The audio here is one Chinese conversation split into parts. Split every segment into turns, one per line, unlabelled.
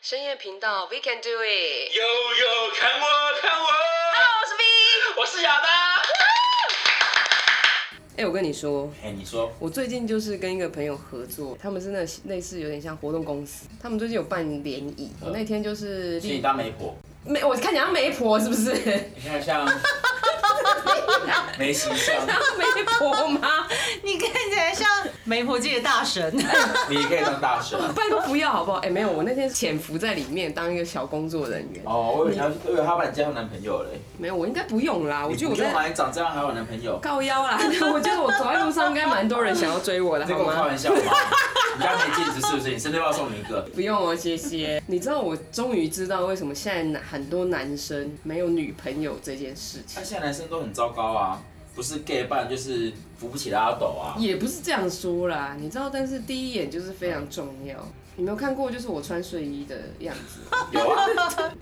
深夜频道，We can do it。
悠悠，看我，看我，
Hello，我是 V。
我是亚当。
哎、我跟你说，
哎，你说，
我最近就是跟一个朋友合作，他们是那类似有点像活动公司，他们最近有办联谊。
嗯
我那天就是
所以你
立
当媒婆，
媒，我看起来像媒婆是不是？
你看像没形象，
媒婆吗？
你看起来像媒婆界的大神，
你可以当大神。
拜托不要好不好？哎、没有，我那天潜伏在里面当一个小工作人员。
哦，我以为他，我以为他把你介绍男朋友嘞。
没有，我应该不用啦。我
你
觉得我
不用啊
在
嘛，你长这样还有男朋友？
靠腰啦， 我觉得我走在路上应该蛮多人想要追我的，
你在
好
跟我开
吗？
玩笑吗？你家没戒指是不是？你生日要送你一个。
不用哦，谢谢。你知道我终于知道为什么现在男很多男生没有女朋友这件事情
但，现在男生都很糟糕啊，不是 gay 不然就是扶不起拉斗啊。
也不是这样说啦。你知道，但是第一眼就是非
嗯
常重要。你没有看过就是我穿睡衣的样子，
有啊，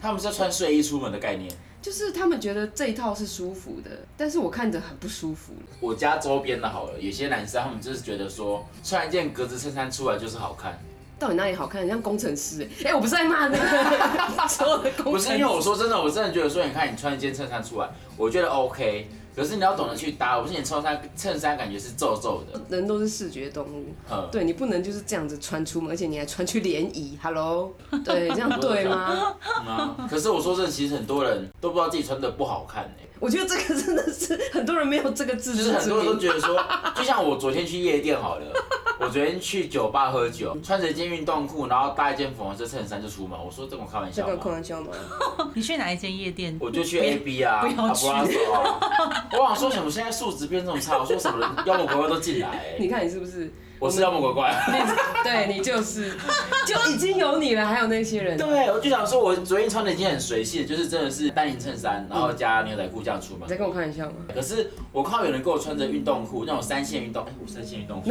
他们是穿睡衣出门的概念。
就是他们觉得这一套是舒服的，但是我看着很不舒服。
我家周边的好了，有些男生他们就是觉得说，穿一件格子衬衫出来就是好看，
到底哪里好看？很像工程师哎、哎、我不是在骂那 个所有的工程师，
不是因为我说真的，我真的觉得说，你看你穿一件衬衫出来，我觉得 OK，可是你要懂得去搭，我不是你衬衫衬衫感觉是皱皱的，
人都是视觉动物，
嗯，
对你不能就是这样子穿出门，而且你还穿去联谊，Hello，对，这样对吗？
嗯啊可是我说真的，其实很多人都不知道自己穿的不好看哎、
我觉得这个真的是很多人没有这个自
就
知
是很
之
多人都
明。
觉得说，就像欸我昨天去夜店好了，我昨天去酒吧喝酒，穿着一件运动裤，然后搭一件粉红色衬衫就出门，我说这么开玩
这
笑
个
吗？
开玩笑吗？
你去哪一间夜店？
我就去 A B 啊，
不要去
阿布拉索啊。 我想说什么，现在素质变这么差，我说什么人妖魔鬼怪都进来、欸，
你看你是不是？
我是妖魔鬼怪。
对你就是，就已经有你了，还有那些人。
对，我就想说，我昨天穿的已经很随性，就是真的是单领衬衫，然后加牛仔裤这样出
你
门
在。跟我开玩笑吗？
可是我看到有人给我穿着运动裤，那种三线运动，哎、我三线运动裤，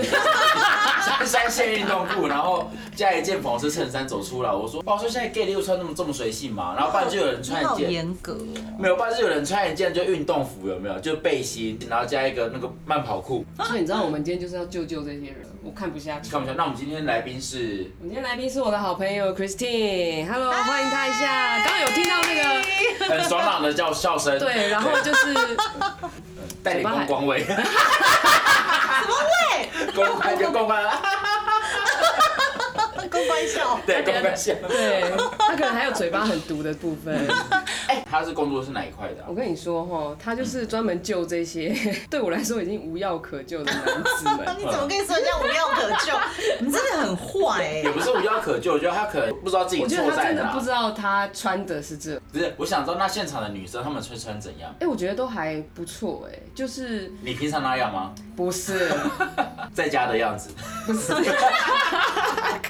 三三线运动裤，然后加一件粉红色衬衫走出来，我说，哇，我说现在 gay 又穿那么这么随性嘛，然后不然就有人
你
穿一
好
件
严格哦，
没有，不然就有人穿一件就运动服，有没有？就背心，然后加一个那个慢跑裤。
所以你知道我们今天就是要救救这些人，我看不下
你
去。
看不下。那我们今天来宾是
我们今天来宾是我的好朋友 Christine，Hello，欢迎他一下。刚刚有听到那个
很爽朗的叫笑声，
对，然后就是
带点公关 味，
对，
公关就公 关，
公关笑。
对公关笑。
对他可能还有嘴巴很毒的部分。
哎，他是工作是哪一块的啊
我？跟你说哈，他就是专门救这些对我来说已经无药可救的男子 们。
你怎么跟你说人家无药可救？ 你真的很坏哎、
也不是无药可救，我觉得他可能不知道自己
我觉
错
得他
在
真的
哪
不。知道他穿的是这，
不是，我想知道那现场的女生她们穿穿怎样？
哎、我觉得都还不错，哎，就是
你平常那样吗？
不是
在家的样子，
不是，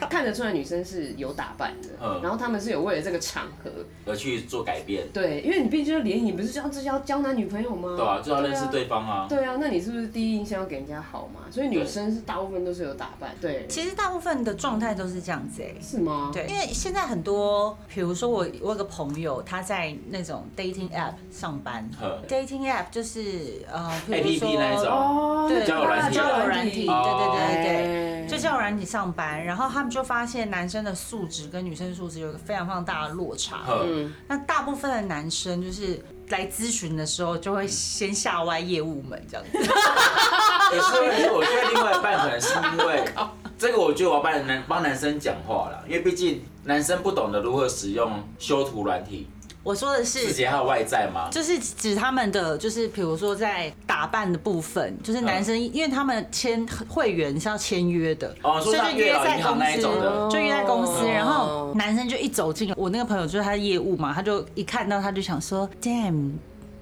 看得出来女生是有打扮的，
嗯
然后他们是有为了这个场合，
而去做改变，
对，因为你毕竟要联谊，不是就要就要交男女朋友吗？
对啊，就要认识
啊。
对方啊。
对啊，那你是不是第一印象要给人家好嘛？所以女
对
生是大部分都是有打扮，对，
其实大部分的状态都是这样子哎、
是吗？，
对，因为现在很多，比如说我我有个朋友，他在那种 dating app 上班
呵
，dating app 就是呃，比
APP
如说
那一种
哦，
对，
交友软体啊
交友软体，对
哦
对对对。
对
就交友软体上班，然后他们就发现男生的素质跟女生的素质有一个非常非常大的落差。
呵，
嗯，
那大部分的男生就是来咨询的时候，就会先吓歪业务们这样 子。
也是因为我觉得另外一半可能是因为欸这个，我觉得我要帮男帮男生讲话啦，因为毕竟男生不懂得如何使用修图软体，
我说的
自
是。
己还有外在嘛。
就是指他们的，就是比如说在打扮的部分，就是男生，因为他们签会员是要签约的，
嗯哦说
所以
像
就约
月老
在
银
公
行那一
司
种的，
就约在公司，
哦
然后男生就一走进来，我那个朋友就是他的业务嘛，他就一看到他就想说，damn，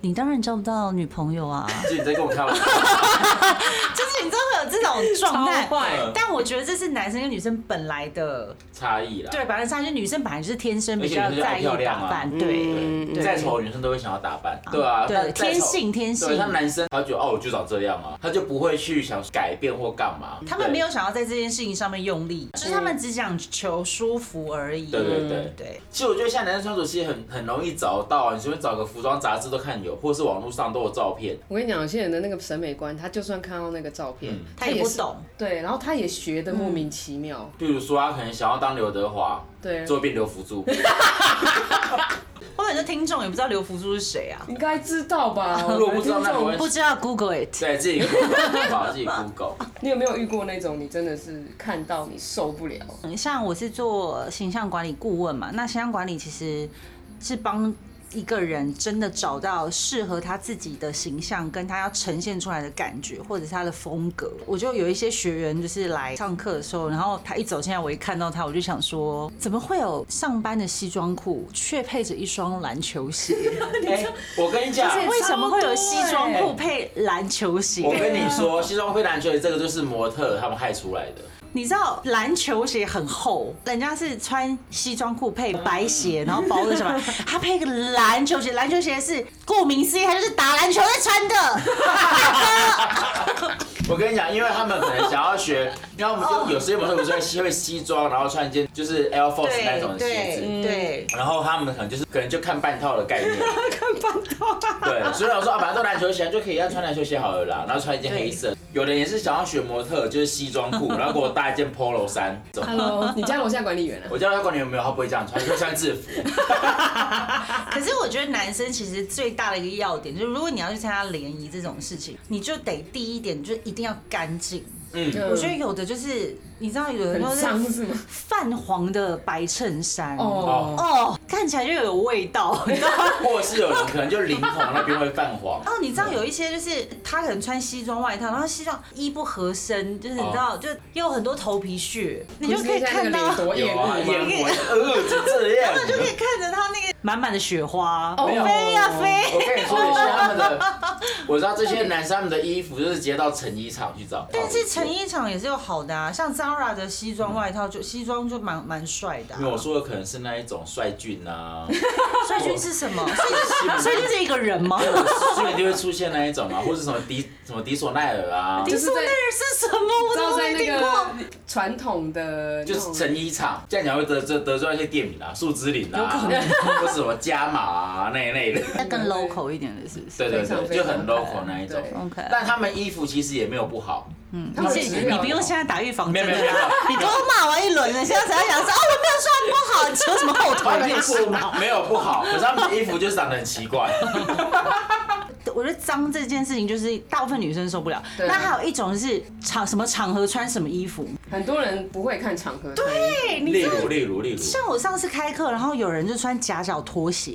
你当然交不到女朋友啊，
就你在跟我开玩笑，
就是你知道会有这种状
超。
态
嗯
坏
但我觉得这是男生跟女生本来的，
差异啦。
对，反正差距。女生本来就是天生比较
而且女生
在
爱
意
漂亮
打
啊
扮，
嗯
对，
对，再丑的女生都会想要打扮，对啊，
对
但再丑
天性天性
对，像男生他就觉得哦，我就长这样啊，他就不会去想改变或干嘛。
他们没有想要在这件事情上面用力，就是他们只想求舒服而已。
对。对对对，
嗯对，
其实我觉得现在男生穿着其实很很容易找到，啊你随便找个服装杂志都看有，或是网络上都有照片。
我跟你讲，有些人的那个审美观，他就算看到那个照
嗯
片，
他
是
也不懂。
对，然后他也学的莫名其妙。
嗯比如说他可能想要当刘德华，
对，
最后变刘福珠，
我本身听众也不知道刘福珠是谁啊，
应该知道吧？
如果不知道那没
我
关
们听众
系
不知道 Google it。
对自己 Google，好 自己 Google。
你有没有遇过那种你真的是看到你受不了？
嗯像我是做形象管理顾问嘛，那形象管理其实是帮一个人真的找到适合他自己的形象，跟他要呈现出来的感觉，或者是他的风格。我就有一些学员就是来上课的时候，然后他一走进来，我一看到他，我就想说，怎么会有上班的西装裤却配着一双篮球鞋？
哎，我跟你讲，
为什么会有西装裤配篮球
我
鞋？
跟你说，西装会篮球这个就是模特他们害出来的。
你知道篮球鞋很厚，人家是穿西装裤配白鞋，然后薄的 什么，他配个篮球鞋，篮球鞋是顾名思义，他就是打篮球在穿 的。
我跟你讲，因为他们可能想要学，因为我们就有些模特不是会会西装，然后穿一件就是 Air Force 那种的鞋子。
嗯
对对，
然后他们可能就是可能就看半套的概 念，看半套。对，所以我说啊，反正都篮球鞋就可以，啊要穿篮球鞋好了啦，然后穿一件黑色。有的人也是想要学模特，就是西装裤，然后给我搭一件 polo 衫。 这 种
Hello，你家楼下管理员啊？
我叫他管理员没有，他不会这样穿，就穿制服。
可是我觉得男生其实最大的一个要点就是，如果你要去参加联谊这种事情，你就得第一点就是一定要干净。
嗯，
我觉得有的就是，你知道有的
很
时候
脏
是
是吗？
泛黄的白衬衫，
哦，
哦，看起来就有味道，你知道吗？
或者是有人可能就领口那边会泛 黄。
哦，你知
嗯
道有一些就是他可能穿西装外套，然后西装衣不合身，就是你知道，就又有很多头皮屑，你就可以看到，
哦 你现在那个脸多
有
艳恶
啊，烟
吗？
火，呃，就这样。
就 可以看着他那个满满的雪花，
哦
没有
飞呀、
我
飞。
跟你说，有些他们的，我知道这些男生他们的衣服就是直接到成衣厂去找。
但是成衣厂也是有好的
哦
啊，像 Zara 的西装外套就西装就蛮蛮帅的、啊
因
哦
为。我说的可能是那一种帅俊啊，
帅俊是 什么？
西门
帅俊是一个人吗？
哦
西门就会出现那一种啊，或者什么迪什么迪索奈尔啊，
就
你
是
说
在
那人是什么？我
知
怎
道
么
在
没
那
听过？
个传统的那
就
种，
是成衣厂，这样你还会得罪得罪一些店名啊，树枝林啊，或是什么加码啊那一类的，
那更 local 一点的是不是？
对对
非常
对，就很
非常
local 那一种。
对
OK，
但他们衣服其实也没有不好，
他们只有
你不用现在打预防
没有
针
没
了
有没有
啦，，你给我骂完一轮了，现在才想说哦，我没有说你不好，扯什么后
他
腿？
们
没
衣
有
服
事 吗？
没有不好，可是他们的衣服就是长得很奇怪。
我觉得脏这件事情就是大部分女生受不了。
对
那还有一种是场什么场合穿什么衣服，
很多人不会看场合，对，
对，
例如例如例如，
像我上次开课，然后有人就穿夹脚拖鞋，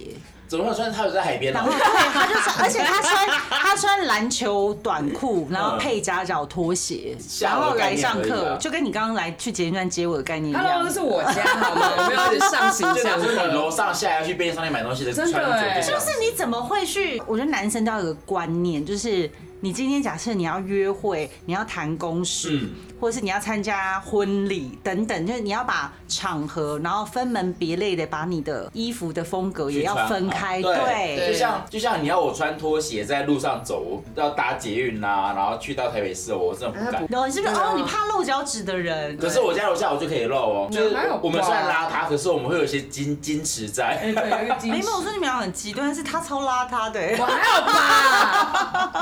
怎么会穿？他有在海边
然
啊
后？对，他就 穿，而且他穿他穿篮球短裤，然后配夹脚 拖鞋，然
下楼
后
的概
来
念
上
而已啊
课，就跟你刚刚来去捷运站接我的概念一
Hello，这
样。
是我家好 吗？我们要去上形
就
象
讲说你楼
课。
上下要去便利商店买东西的穿
真的
着，
欸
就
就
像
是你怎么会去？我觉得男生都要有个观念，就是你今天假设你要约会，你要谈公事，
嗯
或者是你要参加婚礼等等，就是你要把场合，然后分门别类的把你的衣服的风格也要分开，
去穿好哦对，就
对。
像就像你要我穿拖鞋在路上走，我要搭捷运啊，然后去到台北市，我真的不敢。
然后你是不是
对啊
哦？你怕露脚趾的人，
可是我家楼下我就可以露哦，就是
哪有吧
我们虽然邋遢，可是我们会有一些矜矜持在
哎，。对，有一个矜持
没有，我说你们俩很极端，是他超邋遢的、
我还好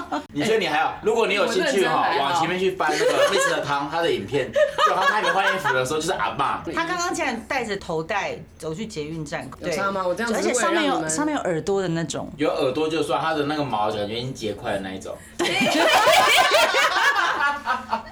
吧？
你觉得你还好？如果你有兴趣
我
哈
认，真还好
往前面去翻那个 Miss 的汤他的影片，就他还没换衣服的时候就是阿爸。
他刚刚竟然戴着头带走去捷运站，
有差吗？我这样子
而
是
且
为了
上
让
面
你
有
们
上面有耳朵的那种，
有耳朵就算，他的那个毛感觉已经结块的那一种。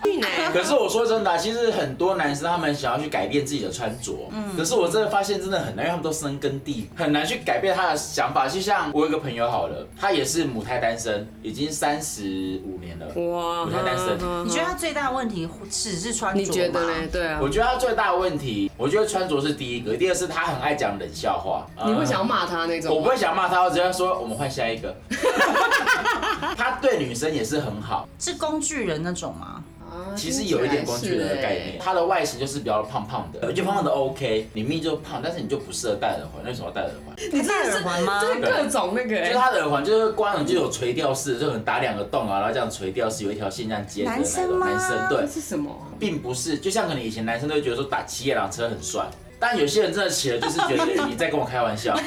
去呢，
可是我说真的啊、其实很多男生他们想要去改变自己的穿着，
嗯
可是我真的发现真的很难，因为他们都深耕地，很难去改变他的想法。就像我有一个朋友好了，他也是母胎单身，已经三十五年了。
哇，
我才单身
哈哈
你觉得他最大的问题只是穿着
你觉得
吗
呢？对啊
我，觉得他最大的问题，我觉得穿着是第一个，第二是他很爱讲冷笑话。
你会
嗯
想要骂他那
我
种吗？
不会想骂他，我只会说我们换下一个。 他对女生也是很好，
是工具人那种吗？
啊
其实有一点工具人的概
欸
念。。他的外形就是比较胖胖的，我觉得胖胖的 OK，你命就胖，但是你就不适合戴耳环。那为什么要戴耳环？
听起来
戴
是你真的
耳
是
环吗
就是各种那个
就是
欸，
他的耳环就是光上就有垂钓式，就可能打两个洞啊，然后这样垂钓式有一条线这样接着的
男
那
生
种。
吗
男生对
这，是什么啊？
并不是，就像可能以前男生都会觉得说打骑野狼车很帅。但有些人真的骑了，就是觉得欸你在跟我开玩笑，就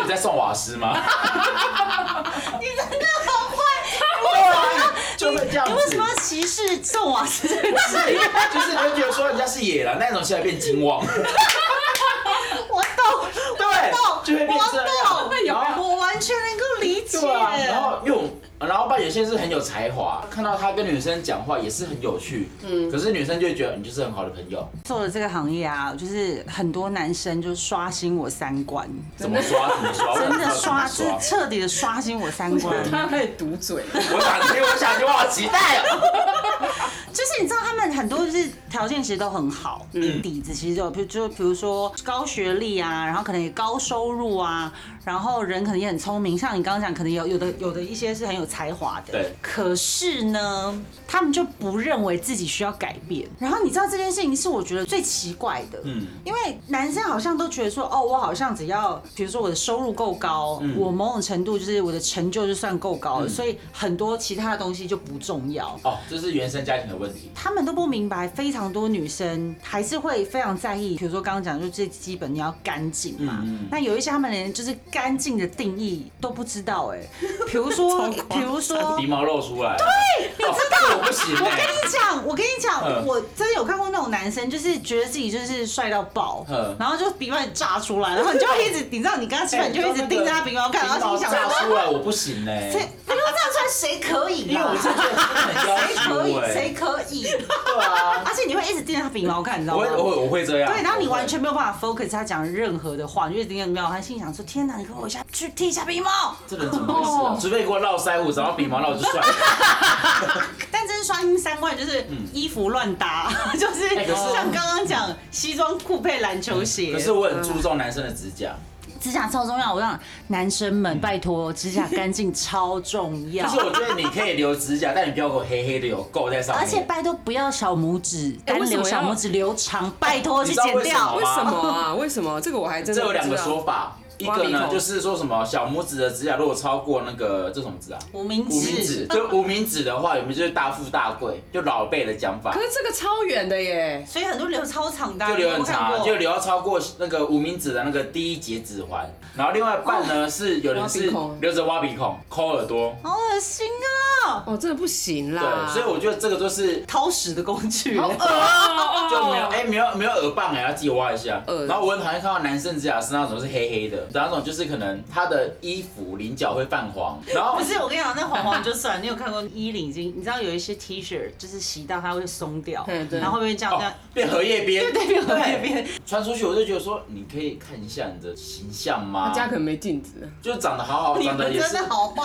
你在送瓦斯吗？
你真的好坏，
啊就会这样
你
子。
为什么要歧视宋瓦斯？
是，就是你会觉得说人家是野狼，那种现在变金旺。哎啊些是很有才华，看到他跟女生讲话也是很有趣，嗯，可是女生就会觉得你就是很好的朋友，
做了这个行业啊，就是很多男生就刷新我三观，
怎么刷怎么 刷，我想知道
真的
怎么
刷，是彻底的刷新我三观。
他开始堵嘴，
我想听，我想听，我好期待 哦。
就是你知道他们很多就是条件其实都很好，嗯，底子其实有，比如就比如说高学历啊，然后可能也高收入啊，然后人可能也很聪明，像你刚刚讲，可能有有的有的一些是很有才华的，
对
可是呢，他们就不认为自己需要改变。然后你知道这件事情是我觉得最奇怪的，嗯
嗯，
因为男生好像都觉得说，哦，我好像只要比如说我的收入够高，
嗯
我某种程度就是我的成就就算够高了，所以很多其他的东西就不重要。
哦，这是原生家庭的问题，
他们都不明白，非常多女生还是会非常在意，比如说刚刚讲，就最基本你要干净嘛。
嗯嗯
那有一些他们连就是干净的定义都不知道 哎、比如
超
说，
夸张
比如说
鼻。毛露出来，对，你知道我不行
我跟
哎，
你讲，我跟你讲，
嗯
我真的有看过那种男生，就是觉得自己就是帅到爆
嗯，
然后就鼻毛也炸出来，然后你就会一 直，你知道你跟他吃饭，你就会一直盯着他鼻毛看，然后
哎毛
心想
炸
说，
出来，我不行哎，
这他说这样穿谁可以
因为
啦
我？是觉得很要
谁可以
求？
谁
哎，
可以？
对啊，
而且你会一直盯着他鼻毛看，你知道
我
吗
会？我会我会这样，
对，然后你完
全。
全没有办法 focus 他讲任何的话，你就盯着喵，他心想说：“天哪，你给我一下去剃一下鼻毛。
这人怎么回事
哦
啊？除非给我绕腮胡子，然后鼻毛绕就 算了。”
但真是刷新三观，就是衣服乱搭， 就是
嗯哎可是嗯
像刚刚讲西装裤配篮球鞋。
可是我很注重男生的指甲，
指甲超重要，我让男生们拜托，指甲干 净超重要
就。是我 觉得你嗯可以留指甲，但你不要给我黑黑的有垢在上面。
而且拜托不要小拇指
哎
单
为什
留，
么要
小拇指留长，拜托
哎
去
你知道
剪
为什么
掉
吗。
为什么啊？为什么？这个我还真
这
的
有两个
不知道
说法，一
挖
个
鼻
呢
孔
就是说什么小拇指的指甲如果超过那个这什么指啊？
无名
无名指，
指，
就无名指的话，有没有就是大富大贵？就老辈的讲法
可，是这个超远的耶，
所以很多留超长的啊，
就留很
你有没有看
长，
过
就留到超过那个无名指的那个第一节指环。然后另外一半
哦
呢是有人
挖
是
鼻孔
留着挖鼻孔、抠耳朵，
好恶心 啊！
哦，真的不行啦。
对，所以我觉得这个就是
掏屎 的工具。
好恶哦
就没有哎、没有没有耳棒哎、要自己挖一下
呃
耳。
然后我很讨厌看到男生指甲是那种是黑黑的，然后那种就是可能他的衣服领角会泛黄，然后
不是，我跟你讲，那黄黄就算，你有看过衣领巾？你知道有一些 T 恤就是洗到它会松掉，
嗯对
然后会不会这样这
哦
样？
变荷叶边，
对变荷叶边
对传出去，我就觉得说你可以看一下你的形象吗
他？家可能没镜子，
就长得好好，
你
长得
们
也
真
是
的好坏。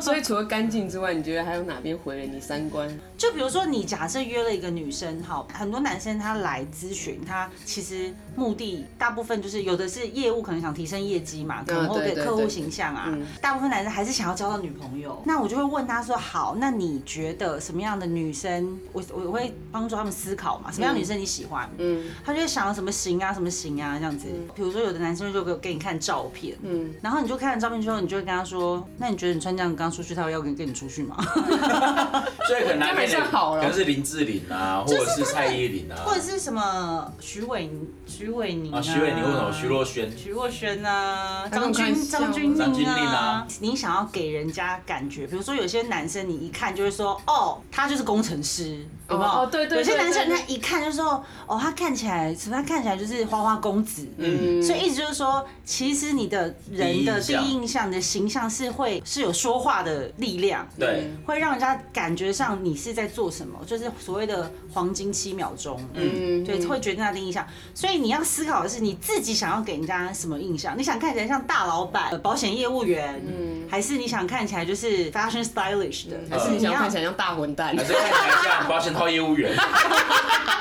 所以除了干净之外，你觉得还有哪边毁了你三观？
就比如说，你假设约了一个女生，好，很多男生他来咨询，他其实目的大部分就是有的是业务，可能想提升业绩嘛，可能会
对
对
对
客
啊
户
对
形象啊
嗯。
大部分男生还是想要交到女朋友，那我就会问他说，好，那你觉得什么样的女生？我我会帮助他们思考嘛，什么样的女生你喜欢？
嗯
他就会想什么型啊，什么型啊这样子。比如说有的男生就给我给你看照片，
嗯，
然后你就看了照片之后，你就会跟他说，那你觉得你穿这样刚出去，他会要跟跟你 出去吗？
所以可能
这样
男
还算好了
可能是林志玲啊，或者是蔡依林啊，
或者是什么徐伟徐伟宁
啊徐伟宁或者什么徐若瑄，
徐若瑄啊，
他
张
跟我开
君
玩笑
张君
张君
宁
宁
啊
啊，
你想要给人家感觉，比如说有些男生你一看就会说，哦，他就是工程师，有没有？
哦哦对对
有些
对
男生
对
他一看就说，哦，他看起来，什么？他看起来就是花花公子，嗯，
嗯
所以意思就是说，其实你的人的第一印象你的形象是会是有说话的力量。
对，
会让人家感觉上你是在做什么，就是所谓的黄金七秒钟，嗯，
嗯
对，会决定他的印象。所以你要思考的是你自己想要给人家什么印象，你想看起来像大老板、呃保险业务员，嗯，还是你想看起来就是 fashion stylish 的，
还是你想要看起来像大混蛋
呃还？是看起来像保险套业务员，
来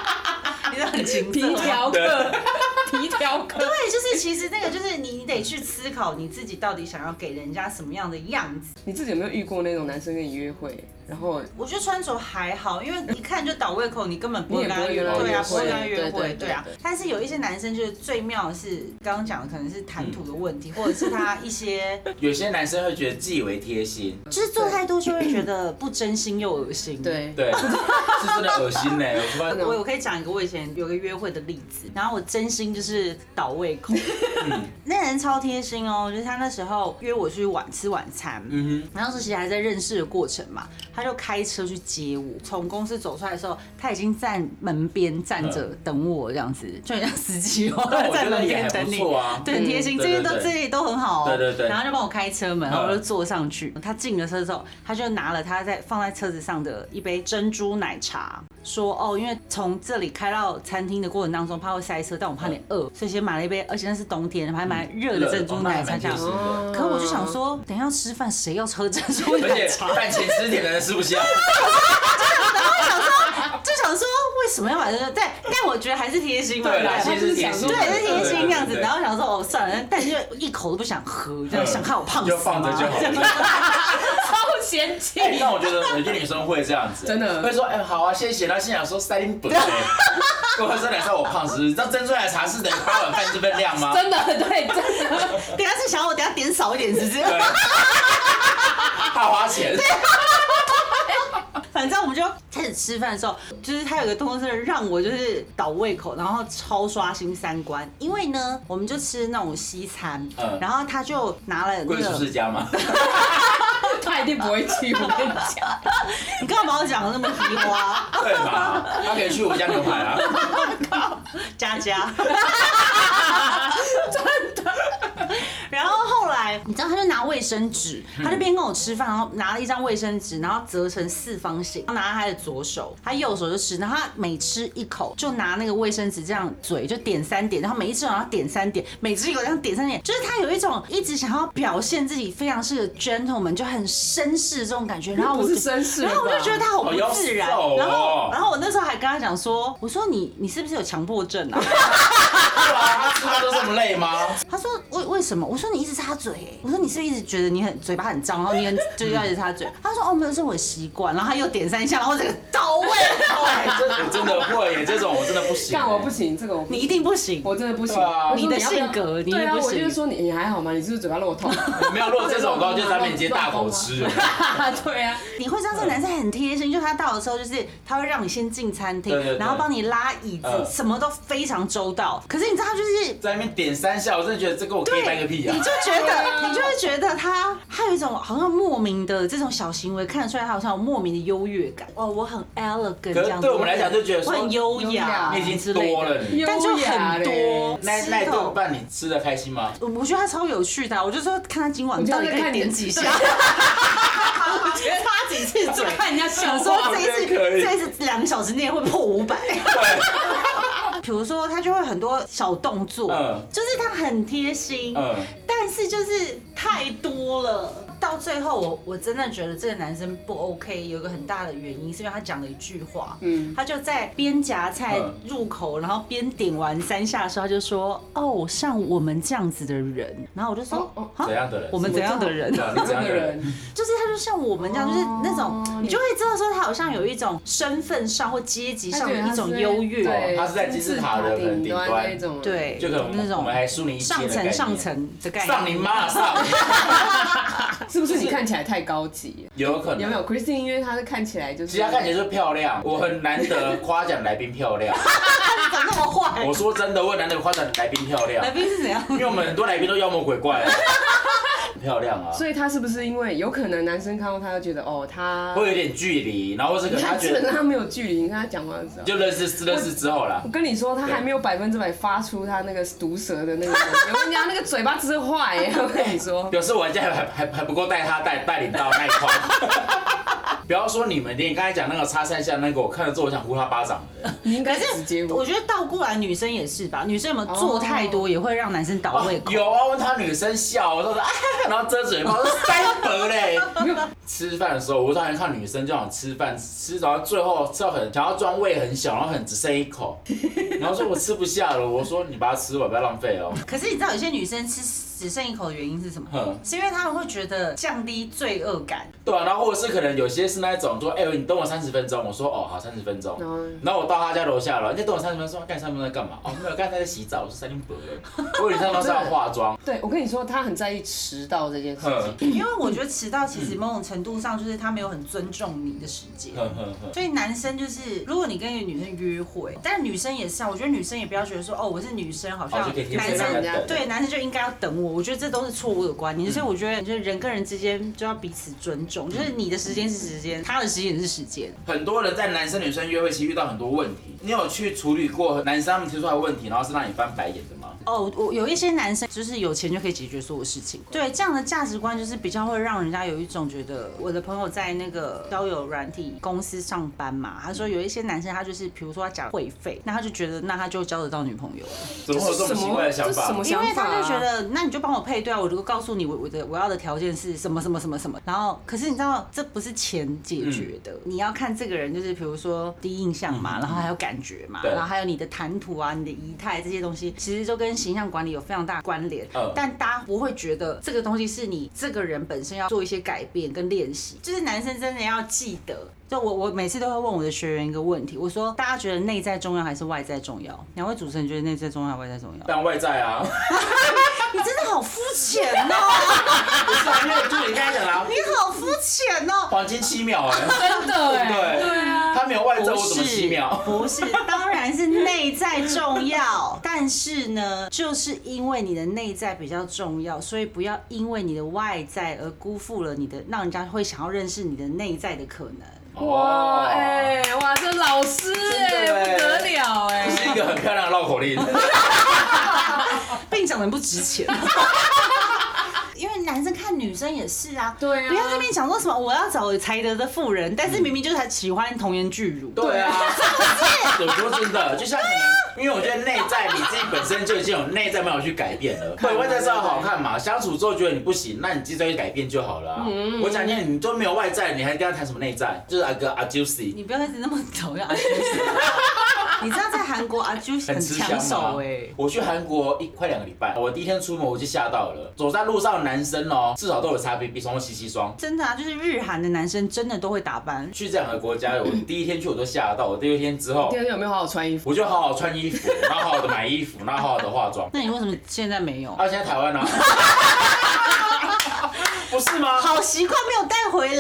你要很 勤
皮
奋。
条客， 皮条客。
对，就是其实那个就是你，你得去思考你自己到底想要给人家什么样的样子。
你自己有没有遇过那种男生跟你约会，然后
我觉得穿着还好，因为一看就倒胃口，你根本不会跟他
你也
约
不会
对啊，不
跟
会
他
跟他约
约会对
会，
对
对啊
对对。
但是有一些男生就是最妙的是，刚刚讲的可能是谈吐的问题，或者是他一些
有些男生会觉得自以为贴心，
就是做太多就会觉得不真心又恶心。。
对，
嗯对，是真的恶心呢，我突然
真的
我我可以讲一个我以前有个约会的例子，然后我真心就是倒胃口，
嗯
那人超贴心哦，就是他那时候约我去晚吃晚餐，
嗯哼。
然后那时候其实还在认识的过程嘛，他就开车去接我。从公司走出来的时候，他已经在门边站着等我，这样子就很像司机哦，
嗯但我
在
觉
门
得也
边
还
等
不
你。
错啊。
对，很贴心，
嗯
这些都
对对
这
对
些都很好哦。
对对对
然后就帮我开车门，然后我就
嗯
坐上去。他进了车之后，他就拿了他在放在车子上的一杯珍珠奶茶，说：“哦，因为从这里开到餐厅的过程当中，怕会塞车，但我怕
嗯
你饿，所以先买了一杯，而且那是冬天，还买热的珍珠奶茶这样。
热的哦
可我就想说，等一下吃饭谁要喝珍珠
而
奶
且
茶？
饭前吃点的人吃不下，
就想说为什么要买这个？但但我觉得还是贴心嘛，
对啦，
不
其实是甜心的，
对，是贴心这样
对
子。
对
然后想说哦，算了，但是就一口都不想喝，这样
嗯
想看我胖死
就放着
吗
就好
这样
超嫌弃
哎，但我觉得有些女生会这样子，
真的
会说，哎，好啊，谢谢。然后心想说，塞林本，跟我说奶茶我胖是不是？你知道珍珠奶茶是等于八碗饭这份量吗？
真的对，真的。
等一下是想要我等一下点少一点，是不是？
对，怕花钱。
反正我们就开始吃饭的时候，就是他有个动作真的让我就是倒胃口，然后超刷新三观。因为呢，我们就吃那种西餐，
嗯
然后他就拿了那
贵叔
个，
世家嘛，
他一定不会去，我跟你讲。
你干嘛把我讲的那么提花？
对嘛？他可以去我家牛排啊。
佳 佳，真的。然后后来，嗯你知道，他就拿卫生纸，他就边跟我吃饭，然后拿了一张卫生纸，然后折成四方形，然后拿他的左手，他右手就吃，然后他每吃一口就拿那个卫生纸这样嘴就点三点，然后每一只然后点三点，每吃一口这样点三点，就是他有一种一直想要表现自己非常是个 gentleman，就很绅士这种感觉。然后我
不是
就
绅士
然后我
吧
就觉得他好不
好妖
自然，
兽哦
然后然后我那时候还跟他讲说，我说你你是不是有强迫症 啊？
对啊，他吃饭都这么累吗？
他说为为什么？我说你一直擦嘴、欸，我说你是不是一直觉得你很嘴巴很脏，然后你很就是要一直擦 嘴。他说哦没有，是我的习惯。然后他又点三下，然后我整个 到位。
哎，这我真的会耶，这种我真的不行。
干我不，行，这个我不
你一定不行，
我真的不行
对啊。
我说要不要
你的性格你也
对啊，
不行
我就是说你你还好吗？你是不是嘴巴漏痛？
没有。如果这种的话，就在面前大口吃了。
对啊，
你会知道这个男生很贴心，就他到的时候就是他会让你先进餐厅
对对，对
然后帮你拉椅子，
嗯
什么都非常周到。可是你知道他就是
在那边点三下，我真的觉得这跟我可以掰个
对，
屁啊
你！就觉得，你就会觉得他，他有一种好像莫名的这种小行为，看得出来他好像有莫名的优越感。哦，我很 elegant
可
这
是
样子。
对我们来讲就觉得
我
说
很优
优
雅
雅，
你已经多了你
但就
优雅
很多
嘞。
那
吃
那一
的
顿饭你吃的开心吗？
我我觉得他超有趣的啊、我就说看他今晚
我觉得
到底可
在
以
看你
点
的
几下，
对
擦几次嘴，
看人家笑
想说
话
这一次
我觉得可以
这一次两个小时内会破五百。比如说，他就会很多小动作，
嗯
就是他很贴心，
嗯
但是就是太多了。到最后我，我真的觉得这个男生不 OK，有一个很大的原因是因为他讲了一句话，嗯，他就在边夹菜
嗯
入口，然后边点完三下的时候，他就说：“哦，像我们这样子的人。”然后我就说：“
哦
啊
怎样的人
我们怎样的人？”
对啊，你怎样
那
的
个
人？
人，
就是他就像我们这样，就是那
哦
种你就会知道说他好像有一种身份上或阶级上的一种优越，
啊对
他是在金字塔的
金字
顶端
那种，，
对，
就可能
那
我们
种
还输你一阶的
上
概
层
念
上，层的概
上你
念。
妈上！
是不是你看起来太高级？
有可能
有没有 Christine？因为她是看起来就是，
其实她看起来就漂亮，我很难得夸奖来宾漂亮。
他长那么坏
我，说真的，我很难得夸奖来宾漂亮
来，宾是怎样？
因为我们很多来宾都妖魔鬼怪，很漂亮啊，
所以她是不是因为有可能男生看到她就觉得哦，她
会有点距离，然后这个
你
他
看，基
觉
本上
得
他没有距离，你看他讲话的时候。
就认识认识之后啦
我，跟你说，他还没有百分之百发出他那个毒舌的那个东西，我跟你讲，那个嘴巴吃坏耶！我跟你 说，
表示我现在还还还不够带他带带领到那一块。 不要说你们，连刚才讲那个擦三下那个，我看了之后我想呼他巴掌的。
你应
可
该直接
是我
我。
觉得倒过来女生也是吧，女生有没有做太
哦
多也会让男生倒胃口。
有啊，问他女生笑，我说啊，然后遮嘴巴，我说三伯嘞。吃饭的时候，我突然看女生就想吃饭，吃然后最后吃到很想要装胃很小，然后很只剩一口，然后说我吃不下了，我说你把它吃完，不要浪费哦。
可是你知道有些女生吃只剩一口的原因是什么
嗯？
是因为他们会觉得降低罪恶 感。
对啊，然后或者是可能有些是那一种说，哎、你等我三十分钟，我说哦好三十分钟，
嗯
然后我到他家楼下了，你再等我三十分钟，说干三十分钟在干嘛？哦没有，刚才在洗澡，我说三点半了，我以为你上班是要化妆，
对，我跟你说，他很在意迟到这件事
哼
情。
因为我觉得迟到其实某种程度上就是他没有很尊重你的时间。
哼哼哼，
所以男生就是，如果你跟一个女生约会，但女生也是啊，我觉得女生也不要觉得说，哦，我是女生，好
好
像
就可以贴
男
身让
生
人家等
对男生就应该要等误，我觉得这都是错误的观念。所以我觉得，就是人跟人之间就要彼此尊重，就是你的时间是时间，他的时间是时间。
很多人在男生女生约会期遇到很多问题，你有去处理过男生他们提出来的问题，然后是让你翻白眼的吗？
哦，我有一些男生就是有钱就可以解决所有事情，对这样的价值观就是比较会让人家有一种觉得，我的朋友在那个交友软体公司上班嘛，他说有一些男生他就是比如说他讲会费，那他就觉得那他就交得到女朋友了，
怎么会有这
什
么奇
么
怪的想
这是
法
什？么
因
想
为
法、
他
啊？
就觉得那你就帮我配对啊，我如果告诉你我我的我要的条件是什么什么什么什么，然后可是你知道这不是钱解决的，你要看这个人就是比如说第一印象嘛，然后还有感觉嘛，
对
然后还有你的谈吐啊、你的仪态这些东西，其实都跟形象管理有非常大的关联。
嗯
但大家不会觉得这个东西是你这个人本身要做一些改变跟练习，就是男生真的要记得。就我我每次都会问我的学员一个问题，我说大家觉得内在重要还是外在重要？两位主持人觉得内在重要还是外在重要？
但外在啊，
你真的好肤浅哦！
不是啊，因为就你刚才讲的啊，
你好肤浅哦！
黄金七秒哎、
真的哎、
对他没有外在，
不
我怎么七
是
秒，？
不是，当然是内在重要。但是呢，就是因为你的内在比较重要，所以不要因为你的外在而辜负了你的，让人家会想要认识你的内在的可能。
哇哎、哇这老师哎、
真的哎
不得了哎、
这是一个很漂亮的绕口令。
被你讲的很不值钱。 因为男生看女生也是啊，
对啊
不要在那边讲说什么我要找有才德的妇人，但是明明就是他喜欢童颜巨乳。
对啊，我说真的，就像可能，因为我觉得内在你自己本身就已经有内在没有去改变了，对，外在是要好看嘛，相处之后觉得你不行，那你自己再去改变就好了、啊。我讲你，你都没有外在，你还跟他谈什么内在？就是阿哥阿 Juicy，
你不要一直那么讨厌阿 j 你知道在韩国阿 j 很
很欸吃
抢
香
手
嘛
哎、。
我去韩国一快两个礼拜，我第一天出门我就吓到了，走在路上的男生哦，至少都有擦 BB 霜或吸吸霜。
真的啊，就是日韩的男生真的都会打扮。
去这两个国家，我第一天去我都吓到，我第二天之后
第二天有没有好好穿衣服？
我就好好穿衣服，然后好好的买衣服，然后好好的化妆。
那你为什么现在没有？
啊，现在台湾 呢、不是吗？
好习惯没有带回
我跟你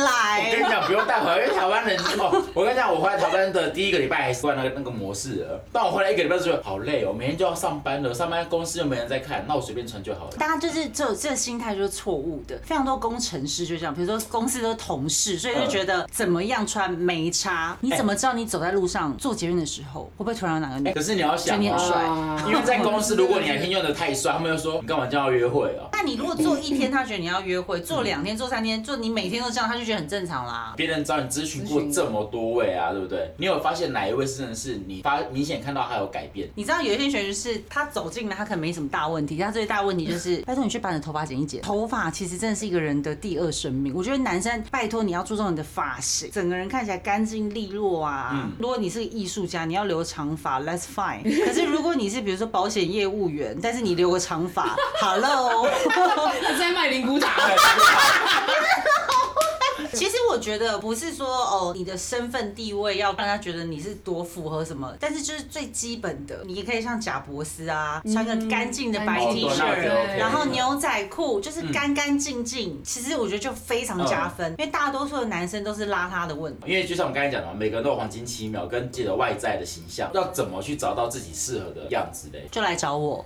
来。
讲，不用带回来，因为台湾人哦，我跟你讲，我回来台湾的第一个礼拜还习惯那个那个模式了，但我回来一个礼拜之后，好累哦，每天就要上班了，上班公司又没人在看，那我随便穿就好了。
大家就是这这心态就是错误的，非常多工程师就这样，比如说公司的同事，所以
嗯
就觉得怎么样穿没差。你怎么知道你走在路上做捷运的时候会不会突然有哪个
哎
女？
可是你要
觉得
想
你很
哦，
帅
啊，
因为在公司，如果你哪天用的太帅，他们就说你干嘛这样要约会啊？
那你如果做一天，他觉得你要约会；做两天、做三天，做你每天都这样，他就觉得很正常啦。
别人找你咨询过这么多位啊，对不对？你有发现哪一位真的是你发明显看到他有改变？
你知道有一些学员就是他走进来，他可能没什么大问题，他最大问题就是，拜托你去把你的头发剪一剪。头发其实真的是一个人的第二生命。我觉得男生拜托你要注重你的发型，整个人看起来干净利落啊。
嗯
如果你是个艺术家，你要留长发，that's fine。可是如果你是比如说保险业务员，但是你留个长发 ，hello。
他在卖灵骨塔。
其实我觉得不是说哦，你的身份地位要让他觉得你是多符合什么，但是就是最基本的，你也可以像贾博士啊，穿个干净的白
哦
T
对
恤
那
啊
我觉得 OK
然后牛仔裤就是干干净净，其实我觉得就非常加分，
嗯
因为大多数的男生都是邋遢的问题。
因为就像我刚才讲的嘛，每个人都有黄金七秒跟自己的外在的形象，要怎么去找到自己适合的样子嘞？
就来找我，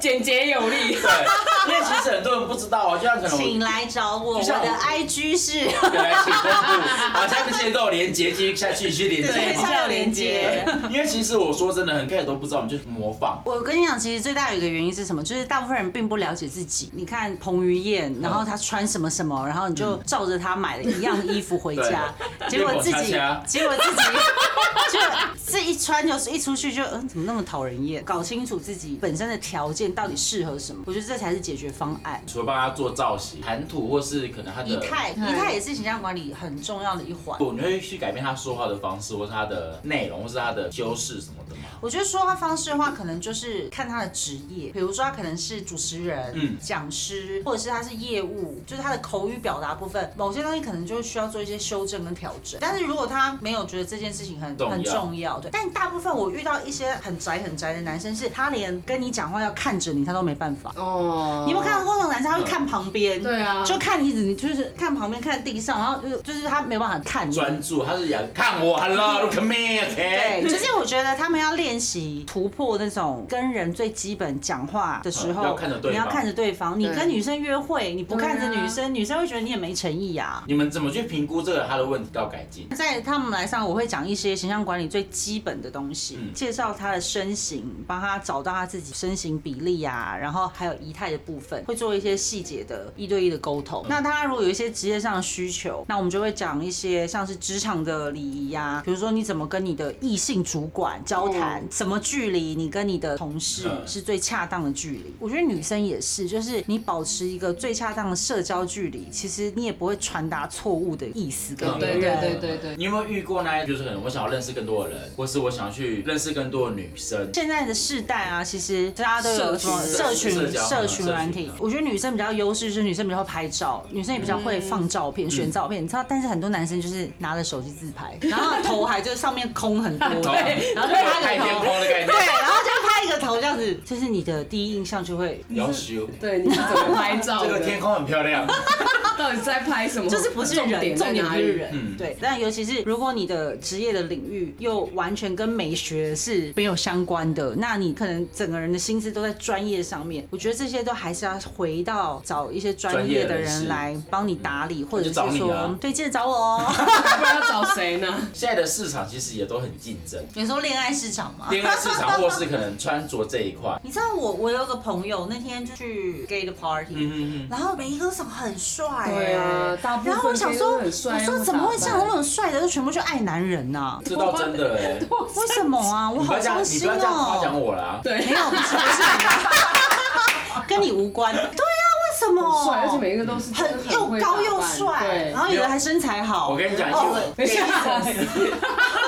简洁有力。
对， 因为其实很多人不知道啊，就像可能
请
我
来找我，我
就像我
的 IG 是
原来请公布，好，下面这些都有连接，继续下去去连
对
接嘛。
下有连接。
因为其实我说真的，很多人都不知道，我们就是模仿。
我跟你讲，其实最大有一个原因是什么？就是大部分人并不了解自己。你看彭于晏，然后他穿什么什么，然后你就照着他买了一样的衣服回家，
对
结果自己
结果恰恰，
结果自己就这一穿就是一出去就嗯，怎么那么讨人厌？搞清楚自己本身的条件到底适合什么，我觉得这才是解决方案。
除了帮他做造型、谈吐，或是可能他的
仪态，仪态也是形象管理很重要的一环。
我你会去改变他说话的方式，或是他的内容，或是他的修饰什么的吗？
我觉得说话方式的话，可能就是看他的职业，比如说他可能是主持人、
嗯
讲师，或者是他是业务，就是他的口语表达部分，某些东西可能就需要做一些修正跟调整。但是如果他没有觉得这件事情很
重要
很重要，对，但大部分我遇到一些很宅很宅的男生，是他连跟你讲话要看着你，他都没办法。
哦，
你有没有看到那种男生？他
嗯
会看旁边，
对啊
就看你，你就是看旁边，看地上，然后就是就是他没办法看你。
专注，他是想看我，Hello，look at me，OK，、
对，就是我觉得他们要练习突破那种跟人最基本讲话的时候，
嗯要看着对
你
方
要看着对方。你
对
跟女生约会，你不看着
对啊
女生，女生会觉得你也没诚意啊。
你们怎么去评估这个他的问题要改进？
在他们来上，我会讲一些形象管理最基本的东西，
嗯
介绍他的身形，帮他找到他自己身形比例啊，然后还有仪态的部分，会做一些细节的一对一的沟通。
嗯
那他如果有一些职业上的需求，那我们就会讲一些像是职场的礼仪啊，比如说你怎么跟你的异性主管交谈，
嗯
什么距离你跟你的同事
嗯
是最恰当的距离。我觉得女生也是，就是你保持一个最恰当的社交距离，其实你也不会传达错误的意思给别
对
人。
对对对对
嗯你有没有遇过那一，就是可能我想要认识更多的人，或是我想要去认识更多的女生，
现在的世代啊，其实大家都有什么
社
社
群
群
社交
社群软
社
体
群。嗯
我觉得女生比较优势，就是女生比较会拍照，女生也比较会放照片、选照片。你知道，但是很多男生就是拿着手机自 拍，然后头还就是上面空很多，对，然后就
太
拍个
天
头
空，的概念
对，，然后就拍一个头这样子，就是你的第一印象就会。
要修。
对，你是怎么拍照
这
的？
个天空很漂亮，
到底是在拍什么？
就是不是人，重
重
点
点
不
在哪
是
里？
人，
嗯
对。但尤其是如果你的职业的领域又完全跟美学是没有相关的，那你可能整个人的心思都在专业上面。我觉得这些都还是要回到找一些专业的人来帮你打理，或者
就找
是
你啊
说，对，记得找 我哦。
不然要找谁呢？
现在的市场其实也都很竞争，
你说恋爱市场吗？
恋爱市场或是可能穿着这一块，
你知道我我有个朋友那天就去 gay 的 party，、
嗯嗯嗯，
然后每一个都长得很帅、欸，
对啊大部分
然后我想说，
gay 都很帅
我说怎么会这样？那种帅的都全部就爱男人啊呐、
这倒真的哎，
为什么啊？我
你不
好
要这样，
伤
你不
心
要这样夸奖
哦、
我啦。
对，
没有，不是不 是，跟你无关。对呀、啊为什么？
帅，而且每一个都是真的
哦很又
会
高又
打扮
帅，
对
然，后有的还身材好。
我跟你讲，因
哦
为
等一下，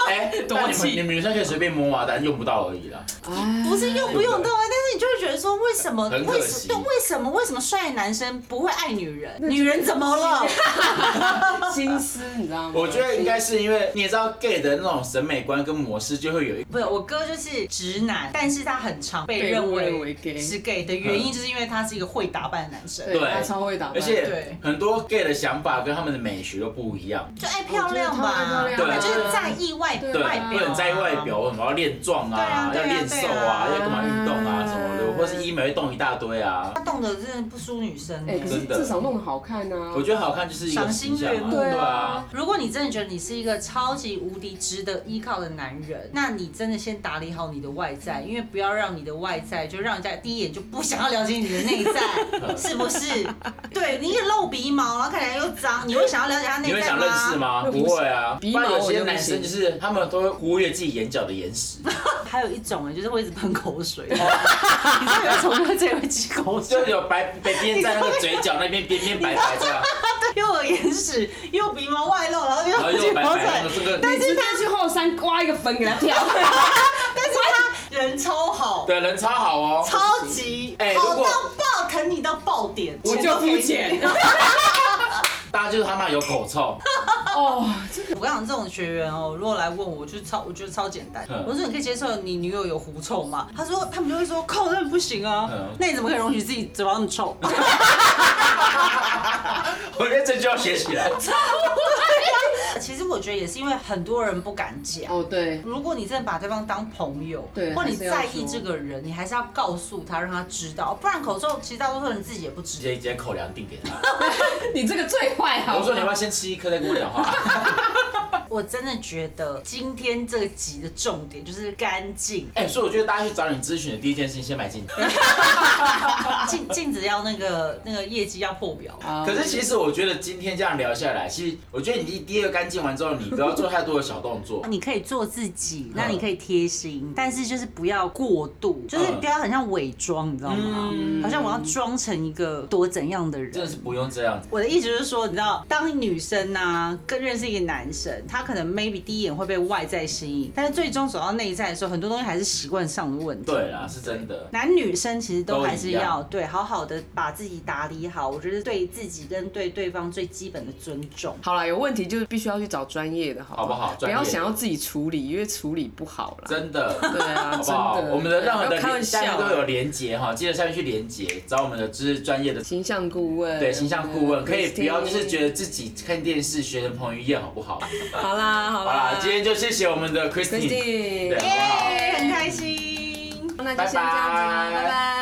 哎，但你们你们女生可以随便摸啊，但用不到而已啦。
哎
不是用不用到啊，但是你就会觉得说，为什么？
很可
为
惜
什么？为什么？为什么帅的男生不会爱女人？女人怎么了？
心思，你知道吗？
我觉得应该是因为你也知道 gay 的那种审美观跟模式就会有一
不是，我哥就是直男，但是他很常被
被
认
认为
为
gay
是 gay 的原
嗯
因，就是因为他是一个会打扮的男生，
对，
对
他超会打扮，
而且
对
很多 gay 的想法跟他们的美学都不一样，
就爱漂亮
我
吧，
觉
得他们爱漂亮啊
就是在意外
对
啊
外，
不
表，啊
能在意外表，。我们要练壮
对
啊，
啊对
要
啊
练瘦
对
啊
啊，
要干嘛运动啊
嗯
什么的，或是医美会动一大堆啊
他。动的真的不输女生
哎，可
欸。
是至少弄得好看啊。
我觉得好看就是一个
赏
形
心
象
悦
啊，
目，
对
对
啊
啊。
如果你真的觉得你是一个超级无敌值得依靠的男人，那你真的先打理好你的外在，因为不要让你的外在就让人家第一眼就不想要了解你的 内在，是不是？对你一露鼻毛，然后看起来又脏，你会想要了解他内
你
在
会想认识吗？
不
不
行
会啊，
鼻
不然有
毛我
些
就不
男生
行
就是他们都会忽略自己眼角的眼屎，
还有一种哎，就是会一直喷口 水，你知道有一种就是这会挤口 水，
就是有白被边在那个嘴角那边边边白白这样，
又有眼屎，又鼻毛外露，然后
然后
又
又
挤
白
口
白
水
那个，这个，
但是他去后山刮一个粉给他跳，
但是他人超好，
对人超好哦，
超级
哎
好
如果
到爆，疼你到爆点，
我就肤浅。
大家就是他妈有口臭，
哦，这
我跟你讲，这种学员哦，如果来问我，就是超，我觉得超简单
嗯。
我说你可以接受你女友有狐臭吗？他说他们就会说，靠，那不行啊
嗯。
那你怎么可以容许自己嘴巴那么臭？
我觉得这就要学起来。
其实我觉得也是因为很多人不敢讲。
哦对，
如果你真的把对方当朋友，
对
或你
还是要
在意
说
这个人，你还是要告诉他，让他知道，不然口臭其实大多数人自己也不
直
知道。
接直接口粮定给他，
你这个最坏好
我
吗
说你要不要先吃一颗再跟我讲话？
我真的觉得今天这集的重点就是干净，
哎、所以我觉得大家去找你咨询的第一件事情，先买镜头。
镜镜子要那个那个业绩要破表。。
啊
可是其实我觉得今天这样聊下来，其实我觉得你第第一个干净完之后，你不要做太多的小动作
嗯
你可以做自己，那你可以贴心，但是就是不要过度，就是
嗯嗯
不要很像伪装，你知道吗？好像我要装成一个多怎样的人
真。的是不用这样子，
啊我的意思就是说，你知道，当女生呐、跟认识一个男生，他他可能 maybe 第一眼会被外在吸引，但是最终走到内在的时候，很多东西还是习惯上的问题。
对啦，是真的。
男女生其实都还是
都一
要
样
对好好的把自己打理好，我觉得对自己跟对对方最基本的尊重。
好啦，有问题就是必须要去找专业的，好
好不好
不
专业
要
的
想要自己处理，因为处理不好啦。
真的，
对啊，
好不
真
好？
的。
我们的任何
不要开
的
玩
下面
笑
都
啊，
有连接哈，记得下面去连接，找我们的就是专业的
形象顾问，嗯
对形象顾问，可以不要就是觉
得。
得自己看电视学成彭于晏好不好？
好啦，好
好啦
啦，，
今天就谢谢我们的
Christine，
对好不好
耶很开心。
那就先这样子啦，
拜拜
拜拜。